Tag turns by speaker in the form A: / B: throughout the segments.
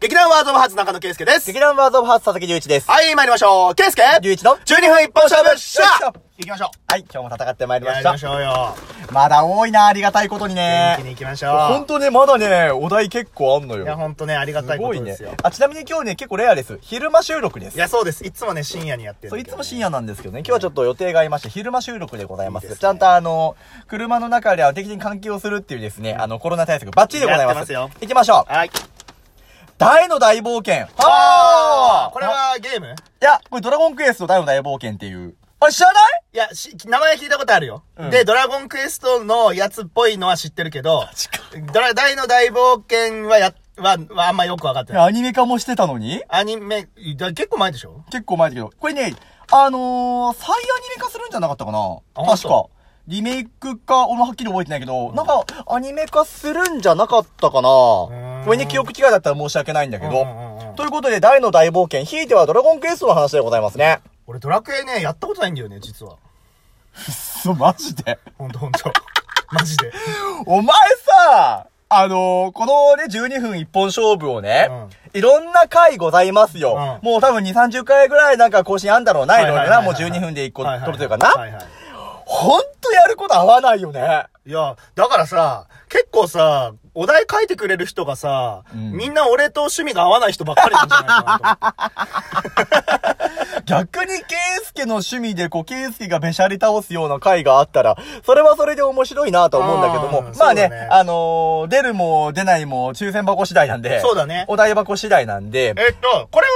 A: 劇団ワードオブハーツ中野圭介です。
B: 劇団ワードオブハーツ佐々木隆一です。
A: はい、参りましょう。圭介
B: 隆一
A: !12
B: の。
A: 分一本勝負しゃ
B: よいしょ
A: 行きましょ。
B: はい、今日も戦ってまいうりま
A: や
B: し
A: り
B: た
A: ま。しょうよ。
B: まだ多いな、ありがたいことに
A: 元気に
B: ね。
A: 行きましょう。
B: ほんとね、まだね、お題結構あんの
A: いや、
B: よ。
A: ほんとね、ありがた
B: す
A: いこ
B: ごい
A: とで
B: ね
A: すよ。。
B: あ、ちなみに今日ね、結構レアです。昼間収録で
A: い
B: す。
A: や、そうです。いつもね、深夜にやってるん
B: そ
A: だ
B: う、い
A: けど
B: つ
A: ね
B: も深夜なんですけどね、今日はちょっと予定がありまして、昼間収録でございます。
A: いいですね
B: ちゃんとあの、車の中では定期的に換気をするっていうですね、あの、コロナ対策バッチリでございます。
A: やってますよ
B: 行きましょう。
A: はい。
B: 大の大冒険。
A: あ
B: は
A: ーこれはゲーム
B: いや、これドラゴンクエスト大の大冒険っていう。あれ知らない
A: いや、し、名前聞いたことあるよ。
B: うん
A: で、ドラゴンクエストのやつっぽいのは知ってるけど、
B: か
A: ドラ、大の大冒険はや、は、はあんまよくわかってない。
B: アニメ化もしてたのに
A: アニメ、だ結構前でしょ
B: 結構前だけど。これね、あのー、再アニメ化するんじゃなかったかな
A: あ
B: 確
A: 本
B: か。リメイクか、俺もはっきり覚えてないけど、なんか、アニメ化するんじゃなかったかな
A: ーん
B: これね、記憶違いだったら申し訳ないんだけ
A: うんうんうんう
B: ど
A: ん。
B: ということで、大の大冒険、ひいてはドラゴンクエストの話でございますね。
A: 俺ドラクエね、やったことないんだよね、実は。
B: そう、マジで。
A: ほんとほんと。 マジで。
B: お前さ、あのー、このね、12分一本勝負をね、いろんな回ございますよ。
A: う
B: もう多分2、30回ぐらいなんか更新あんだろうな、いろいろな。もう
A: はいはいはい
B: 12
A: はい
B: 分で1個
A: はは
B: 取るというかな。
A: はいはい。
B: ほんとやること合わないよね。
A: いや、だからさ、結構さ、お題書いてくれる人がさ、
B: ん
A: みんな俺と趣味が合わない人ばっかりなんじゃないかなと思って。
B: 逆に、ケイスケの趣味で、こう、ケイスケがべしゃり倒すような回があったら、それはそれで面白いなと思うんだけども
A: あ、ー
B: まあね、
A: そうだね
B: あのー出るも出ないも抽選箱次第 なんで、
A: そうだね
B: お台箱次第なんで、
A: えっと、これ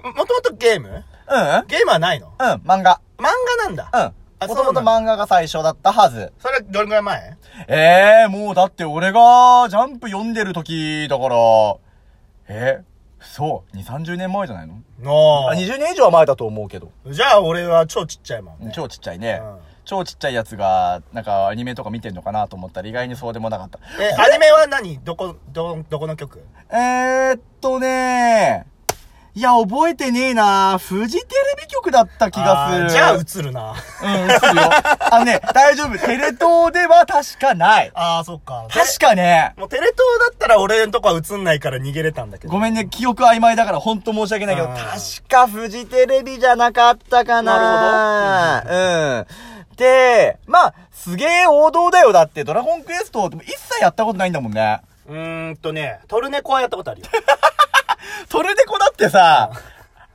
A: は、もともとゲーム
B: うんうん
A: ゲームはないの
B: うん、漫画。
A: 漫画なんだ。
B: うん。
A: あ
B: もともと
A: そうな
B: 漫画が最初だったはず。
A: それどれぐらい前
B: ええー、もうだって俺が、ジャンプ読んでる時、だから、えそう、2、30年前じゃないの
A: の
B: あ、20年以上は前だと思うけど。
A: じゃあ俺は超ちっちゃいもんね。
B: 超ちっちゃいね、
A: うん
B: 超ちっちゃいやつが、なんかアニメとか見てんのかなと思ったら意外にそうでもなかった。
A: え、アニメは何どこ、ど、どこの曲
B: えー、っとねいや、覚えてねえなフジテレビ局だった気がす
A: あー
B: る。
A: じゃあ
B: うん、映
A: 映る な。
B: るよ。あのね、大丈夫。テレ東では確かない。
A: ああ、そっか。
B: 確かね。
A: もうテレ東だったら俺のとこは映んないから逃げれたんだけど。
B: ごめんね、記憶曖昧だからほんと申し訳ないけど、
A: うん
B: 確かフジテレビじゃなかったかななるほど。うん。で、まあ、すげえ王道だよ。だって、ドラゴンクエスト、一切やったことないんだもんね。
A: うーんとね、トルネコはやったことあるよ。
B: トルネコだってさ、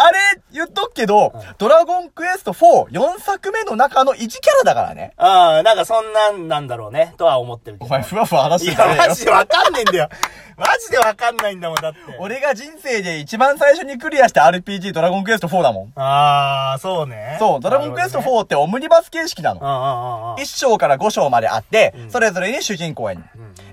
B: あれ、言っとくけど、ドラゴンクエスト4、4作目の中の1キャラだからね。
A: ああ、なんかそんなんなんだろうね、とは思ってるけ
B: お
A: ど。
B: 前、ふわふわ話
A: い
B: して
A: や、
B: たね
A: マジでわかんねえんだよ。 マジでわかんないんだもん、だって。
B: 俺が人生で一番最初にクリアした RPG ドラゴンクエスト4だもん。
A: ああ、そうね。
B: そう、ドラゴンクエスト
A: なるほ
B: 4ってオムニバス形式なの
A: どね。。ああ、ああ、あ
B: 1章から5章まであって、それぞれに主人公がいる。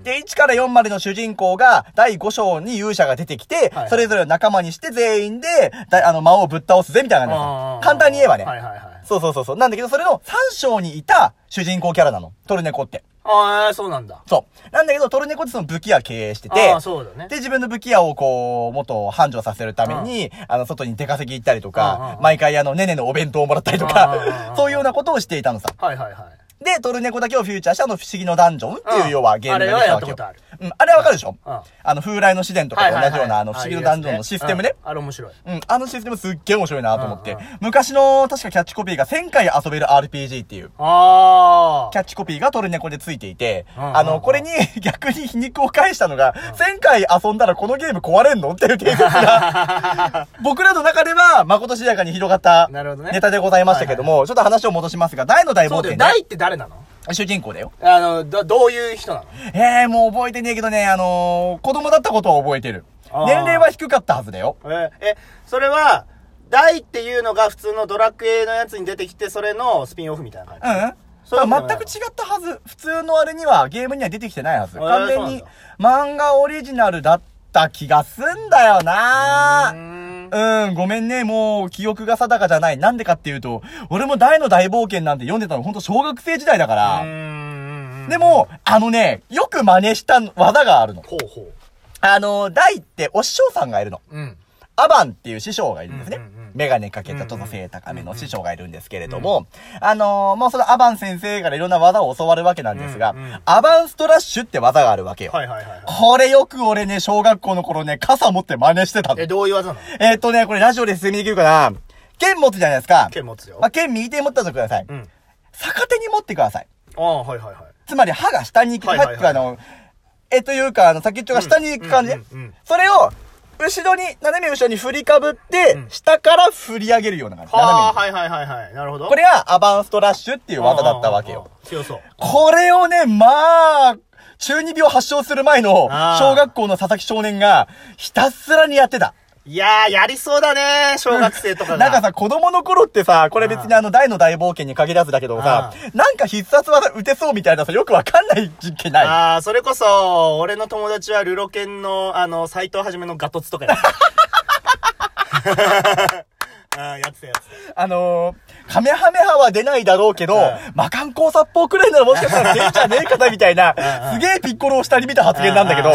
B: で、1から4までの主人公が、第5章に勇者が出てきて、
A: はい
B: それぞれを仲間にして全員で、だあの、魔王をぶっ倒すぜ、みたいな感じ
A: ああ。
B: 簡単に言えばね。
A: はいはいはい。
B: そうそうそうそう。なんだけど、それの3章にいた主人公キャラなの。トルネコって。
A: ああ、そうなんだ。
B: そう。なんだけど、トルネコってその武器屋経営してて
A: ああ、、そうだね。
B: で、自分の武器屋をこう、もっと繁盛させるために、あの、外に出稼ぎ行ったりと
A: うんうん
B: か
A: う、ん
B: 毎回あの、ねねのお弁当をもらったりと
A: うんうんうん
B: か
A: う、ん
B: そういうようなことをしていたのさ。
A: はいはいはい。
B: で、トルネコだけをフューチャーしたあの、不思議のダンジョンっていう、要はゲームができた
A: あれ
B: わけよ
A: はやったことある。
B: うん、あれはわかるでしょ
A: うんうん
B: あの、風来の試練とか
A: はい
B: と
A: はいはい
B: 同じような、あの、不思議のダンジョンのシステムね。
A: ああいうやつうんあれ面白い。
B: うん、あのシステムすっげえ面白いなと思って
A: うんうん。
B: 昔の、確かキャッチコピーが1000回遊べる RPG っていう。
A: あ
B: キャッチコピーがトルネコでついていて、
A: うんうんうん
B: あの、これに 逆に皮肉を返したのが、1000回遊んだらこのゲーム壊れんのっていう定説が、 僕らの中では、誠しやかに広がった
A: あ。 なるほどね。
B: ネタでございましたけども、ちょっと話を戻しますが、大の大
A: そ
B: 冒
A: うだよ。
B: 険ね。
A: 大って誰なの
B: 主人公だよ。
A: あの、ど、どういう人なの
B: ええー、もう覚えてねえけどね、あのー、子供だったことは覚えてる
A: あ。ー
B: 年齢は低かったはずだよ。
A: え、え、それは、大っていうのが普通のドラクエのやつに出てきて、それのスピンオフみたいな
B: うん
A: 感じ。そう
B: だ
A: いう
B: か
A: の
B: ら全く違ったはず。普通のあれには、ゲームには出てきてないはず。
A: あー
B: 完全に
A: そ
B: 漫画オリジナルだった気がすんだよな
A: うーん。
B: うん、ごめんね、もう、記憶が定かじゃない。なんでかっていうと、俺も大の大冒険なんて読んでたの、ほんと小学生時代だから。
A: うーん
B: で、も、あのね、よく真似した技があるの。
A: ほうほ
B: あの、大ってお師匠さんがいるの。
A: う。うん。
B: アバンっていう師匠がいるんですね。
A: うんうんうん
B: メガネかけたちょっと背高めの師匠がいるんですけれども、あのー、もうそのアバン先生からいろんな技を教わるわけなんですが、
A: うんうん
B: アバンストラッシュって技があるわけよ。
A: はいはいはいはい。
B: これよく俺ね、小学校の頃ね、傘持って真似してたの
A: え、。どういう技なの
B: えーっとね、これラジオで説明できるかな剣持つじゃないですか。
A: 剣持つよ
B: まあ、。剣右手に持ったとください、
A: うん。
B: 逆手に持ってください。
A: ああ、はいはいはい。
B: つまり歯が下に行く、
A: はいはいはい
B: 歯っていうかあの、えというか、あの、先っちょが下に行く感じ、
A: うんうんうんうん
B: それを、後ろに、斜め後ろに振りかぶって、
A: うん
B: 下から振り上げるような感じ。
A: はあ、
B: 斜め
A: はいはいはいはい。なるほど。
B: に。これがアバンストラッシュっていう技だったわけ
A: うんう
B: よ
A: ん。うん。強そう。
B: これをね、まあ、中二病発症する前の、
A: あー
B: 小学校の佐々木少年が、ひたすらにやってた。
A: いやー、やりそうだね小学生とかが。
B: なんかさ、子供の頃ってさ、これ別にあの、大の大冒険に限らずだけどさ
A: あ、
B: なんか必殺技打てそうみたいなさ、よくわかんない実験ない。
A: ああ、それこそ、俺の友達はルロケンの、あの、斎藤はじめのガトツとかやって た。ああ、やってたやって
B: あのー、カメハメハは出ないだろうけど、
A: うん
B: 魔漢光殺法くらいならもしかしたら出んじゃねえかなみたいな、
A: う
B: すげえピッコロを下に見た発言なんだけど、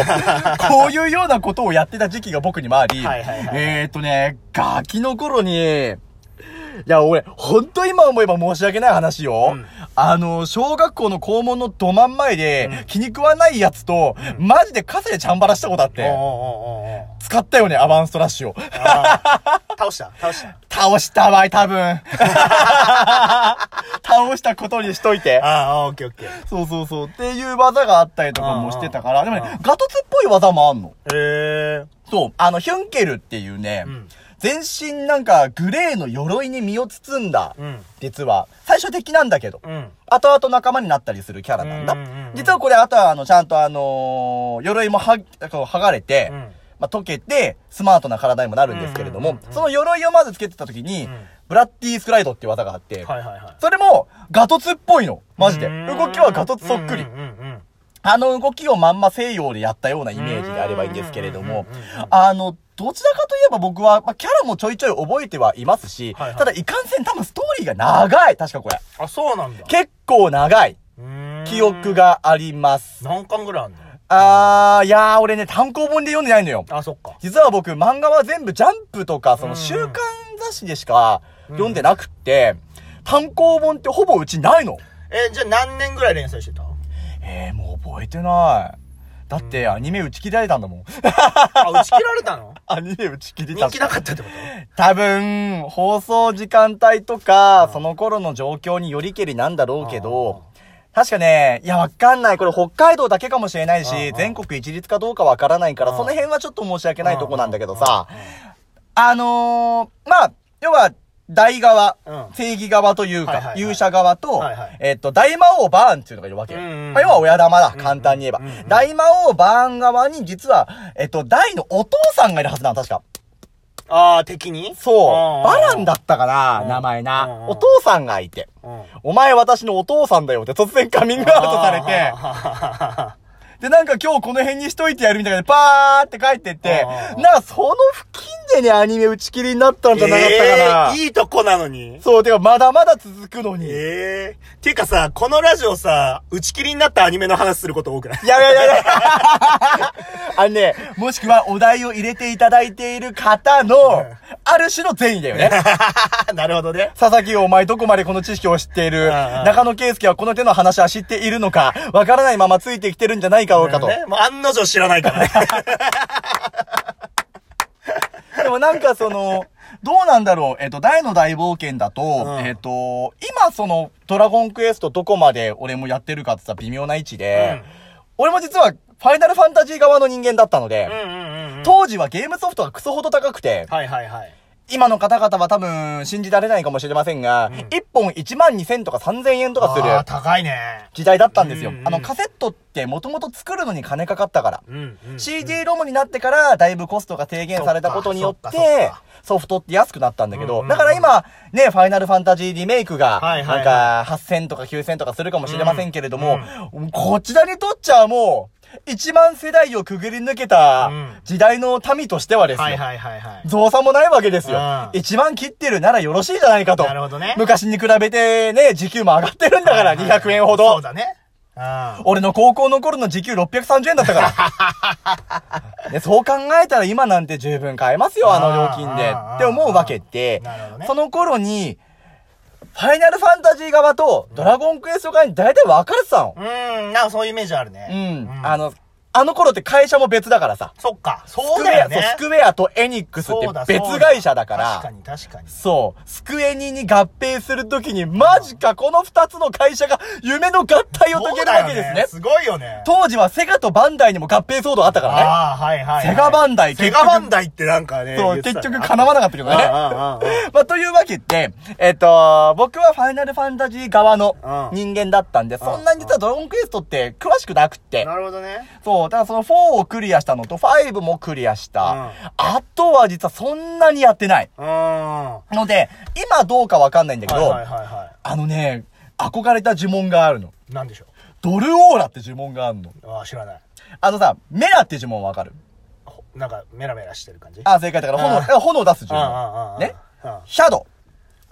B: こういうようなことをやってた時期が僕にもあり、
A: はいはいはい
B: えーっとね、ガキの頃に、いや、俺、ほんと今思えば申し訳ない話よ。
A: うん
B: あの、小学校の校門のど真ん前で、
A: うん。
B: 気に食わないやつと、マジで傘でチャンバラしたことあって
A: おうお
B: て、
A: うおうおう
B: 使ったよね、アバンストラッシュを。
A: あー倒した倒した。
B: 倒したわい、多分。 倒したことにしといて。
A: ああ、オッケーオッケー。
B: そうそうそう。っていう技があったりとかもしてたか
A: う
B: ら。
A: ん
B: で
A: うん
B: もね、ガトツっぽい技もあんの。
A: へえ。
B: そう。あの、ヒュンケルっていうね、
A: うん
B: 全身なんかグレーの鎧に身を包んだ、
A: うん。
B: 実は、最初敵なんだけど、
A: うん。
B: 後々仲間になったりするキャラなんだ。
A: うんうんうんうん
B: 実はこれ、あとはあの、ちゃんとあのー鎧もは、こう剥がれて、
A: うん
B: まあ、溶けて、スマートな体にもなるんですけれども、
A: うんうんうんうん
B: その鎧をまずつけてた時に、
A: うん
B: ブラッディースクライドっていう技があって、
A: はいはいはい。
B: それも、ガトツっぽいの。マジで。
A: うん
B: 動きはガトツそっくり
A: うん。うんうん
B: あの動きをまんま西洋でやったようなイメージであればいいんですけれども
A: うんうんうんうん、
B: あの、どちらかといえば僕は、まあ、キャラもちょいちょい覚えてはいますし、
A: はいはい
B: ただいかんせん多分ストーリーが長い確かこれ。
A: あ、そうなんだ。
B: 結構長い記
A: 記
B: 憶。があります。
A: 何巻ぐらいあんの
B: あー、いやー俺ね、単行本で読んでないのよ。
A: あ、そっか。
B: 実は僕、漫画は全部ジャンプとか、その週刊雑誌でしか読んでなくって、単行本ってほぼうちないの。
A: え、じゃあ何年ぐらい連載して た
B: えー、もう覚えてない。だって、アニメ打ち切られたんだもん。
A: あ、打ち切られたの
B: アニメ打ち切り
A: 人
B: た
A: 気なかったってこと
B: 多分、放送時間帯とか、その頃の状況によりけりなんだろうけど、確かね、いや、わかんない。これ北海道だけかもしれな
A: う
B: い
A: んう
B: し
A: ん、
B: 全国一律かどうかわからないから、
A: うん
B: その辺はちょっと申し訳ないとこなんだけどさ、あのー、まあ、要は、大側、
A: うん
B: 正義側というか、
A: はいはいはい
B: 勇者側と、
A: はいはい
B: えっと、大魔王バーンっていうのがいるわけよ。
A: うんうんうん
B: まあ要は親玉だ、簡単に言えば。
A: うんうんうん
B: 大魔王バーン側に実は、えっと、大のお父さんがいるはずなの、確か。
A: ああ、敵に
B: そう。バランだ
A: っ
B: ったかな
A: う、ん
B: 名前
A: うんうん
B: な。お父さんがいて。
A: た。うん
B: お前私のお父さんだよって突然カミングアウトされて、
A: あ
B: で、なんか今日この辺にしといてやるみたいな、パーって帰ってって
A: うんう、ん
B: なんかその付近でね、アニメ打ち切りになったん
A: ー
B: じゃなかったかな。
A: えーいいとこなのに。
B: そう、てか、まだまだ続くのに。い
A: ええー。ていうかさ、このラジオさ、打ち切りになったアニメの話すること多く ない
B: やいやいやいやあのね、もしくはお題を入れていただいている方の、ある種の善意だよね。
A: なるほどね。
B: 佐々木お前どこまでこの知識を知っている
A: ああ
B: 中野圭介はこの手の話は知っているのかわからないままついてきてるんじゃないかろうかと。
A: ね、もう案の定知らないからね。
B: でもなんかその、どうなんだろうえっ、と、大の大冒険だと、
A: ん
B: えっ、と、今その、ドラゴンクエストどこまで俺もやってるかってさ、微妙な位置で、
A: うん
B: 俺も実は、ファイナルファンタジー側の人間だったので、
A: うんうんうん。
B: 当時はゲームソフトがクソほど高くて、
A: はいはいはい。
B: 今の方々は多分信じられないかもしれませんが、
A: ん
B: 1本1万2000とか3000円とかする
A: あー高いね。
B: 時代だったんですよ
A: うんう。ん
B: あのカセットってもともと作るのに金かかったから。
A: うん、うん。
B: CD ロムになってからだいぶコストが低減されたことによっ
A: そっかそってか、
B: ソフトって安くなったんだけ
A: うん
B: ど
A: う、ん
B: だから今、ね、ファイナルファンタジーリメイクが、
A: はいはい
B: な
A: は
B: ん
A: い
B: か8000とか9000とかするかもしれませんけれども、こちらにとっちゃもう、1万世代をくぐり抜けた
A: うん
B: 時代の民としてはです
A: はい
B: よ、
A: はいはいはい。
B: 増産もないわけですよ
A: うん。
B: 1万切ってるならよろしいじゃないかと。
A: なるほどね
B: 昔に比べてね、時給も上がってるんだから、
A: はいはいはい
B: 200円ほど。
A: そうだね。あ
B: 俺の高校の頃の時給630円だったか ら。でそう考えたら今なんて十分買えますよ、あの料金で
A: あー。
B: って思うわけで
A: なるほど、ね
B: その頃に、ファイナルファンタジー側とドラゴンクエスト側に大体分かれてたの。
A: ーうん、なんかそういうイメージある
B: う
A: ね。
B: ん。あ、の、あの頃って会社も別だからさ。
A: そっか。
B: ス
A: そう
B: クウ
A: だ
B: ェ
A: よ
B: ア、そう
A: ね
B: ス。クウェアとエニックスっ
A: そうだ
B: て別会社だから。
A: 確かに確かに。
B: そう。スクエニに合併するときに、マジか、この二つの会社が夢の合体を遂げるわけですね。
A: すごいよね。
B: 当時はセガとバンダイにも合併騒動あったから
A: ああ、はいはいはい。
B: セガバンダイ
A: セガバンダイってなんかね。
B: ね。そ
A: 言
B: う、
A: って
B: 結
A: たね
B: 局叶わなかったけどね。
A: ああああああ
B: まあ、というわけで、えっ、と、僕はファイナルファンタジー側の
A: うん
B: 人間だったんで、そんなに実はドラゴンクエストって詳しくなくって。
A: なるほどね。
B: そう、だからその4をクリアしたのと5もクリアした。
A: う
B: あとは実はそんなにやってない。
A: うん。は
B: ので、今どうかわかんないんだ
A: い
B: け
A: はい
B: ど、
A: はいは
B: あのね、憧れた呪文があるの。
A: い。なんでしょ
B: ドルオーラって呪文があるの。
A: うああ、知らない。
B: あのさ、メラって呪文わかる
A: ほなんか、メラメラしてる感じ。
B: あ、正解だから、
A: あ
B: 炎、炎を出す呪
A: ああああ
B: 文。ね
A: あ
B: シャドウ。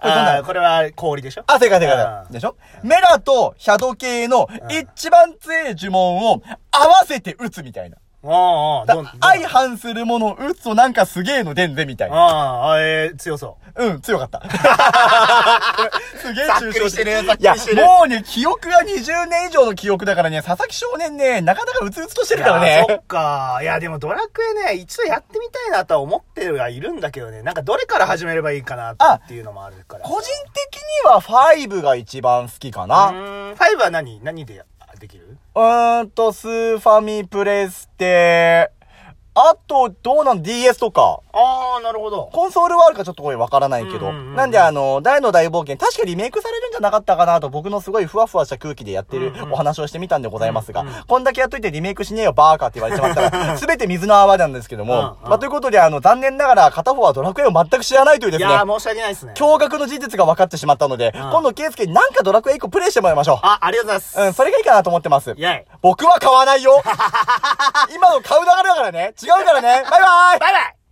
B: これどんな
A: あ
B: の
A: あ、これは氷でしょ
B: あ、正解正
A: あ
B: 解。
A: あ
B: でしょメラとシャドウ系の一番強い呪文を合わせて打つみたいな。
A: ああ、
B: だ
A: どんどん
B: 相反するものを打つとなんかすげえの出んぜみたいな。
A: ああ、ええ、強そう。
B: うん、強 かった。すげえ
A: ざっくりしてるざっくりしてる
B: いや、もうね、記憶が20年以上の記憶だからね、佐々木少年ね、なかなかうつうつとしてるから
A: いや
B: ね。
A: そっか。いや、でもドラクエね、一度やってみたいなとは思ってはいるんだけどね、なんかどれから始めればいいかなっていうのもあるから。
B: 個人的には5が一番好きか
A: う
B: な。
A: ーん、ファイブは何何でできる
B: うーんと、スーファミ、プレステ、あと、どうなん ?DS とか。
A: ああ、なるほど。
B: コンソールはあるかちょっとこれわからないけど。
A: うんうんうん
B: なんであの、大の大冒険、確かリメイクされるんじゃなかったかなと僕のすごいふわふわした空気でやってるお話をしてみたんでございますが、こんだけやっといてリメイクしねえよバーカって言われてます から、すべて水の泡なんですけども。
A: うんうん
B: まあ、ということであの、残念ながら片方はドラクエを全く知らないというで
A: い
B: すね。
A: やー、申し訳ないですね。
B: 驚愕の事実が分かってしまったので、今度、ケイスケになんかドラクエ1個プレイしてもらいましょ
A: あ、ありがとうございます。
B: う。うん、それがいいかなと思ってます。
A: イェイ。
B: 僕は買わないよ今の買う流れだからね違うからねバイバイ
A: バイバイ